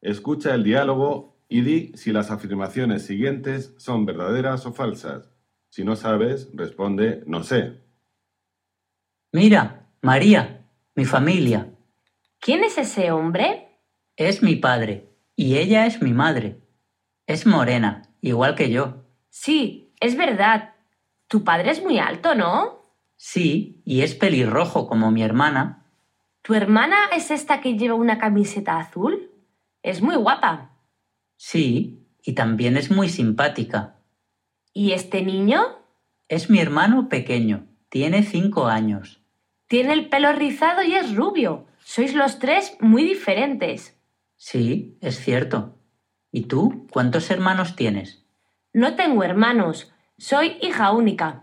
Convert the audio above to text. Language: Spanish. Escucha el diálogo y di si las afirmaciones siguientes son verdaderas o falsas. Si no sabes, responde no sé. Mira, María, mi familia, ¿Quién es ese hombre? es mi padre y ella es mi madre. Es morena, igual que yo. Sí, es verdad. Tu padre es muy alto, ¿no? Sí, y es pelirrojo como mi hermana. ¿Tu hermana es esta que lleva una camiseta azul? Es muy guapa. Sí, y también es muy simpática. ¿Y este niño? Es mi hermano pequeño, tiene cinco años. Tiene el pelo rizado y es rubio. Sois los tres muy diferentes. Sí, es cierto. ¿Y tú cuántos hermanos tienes? No tengo hermanos. Soy hija única.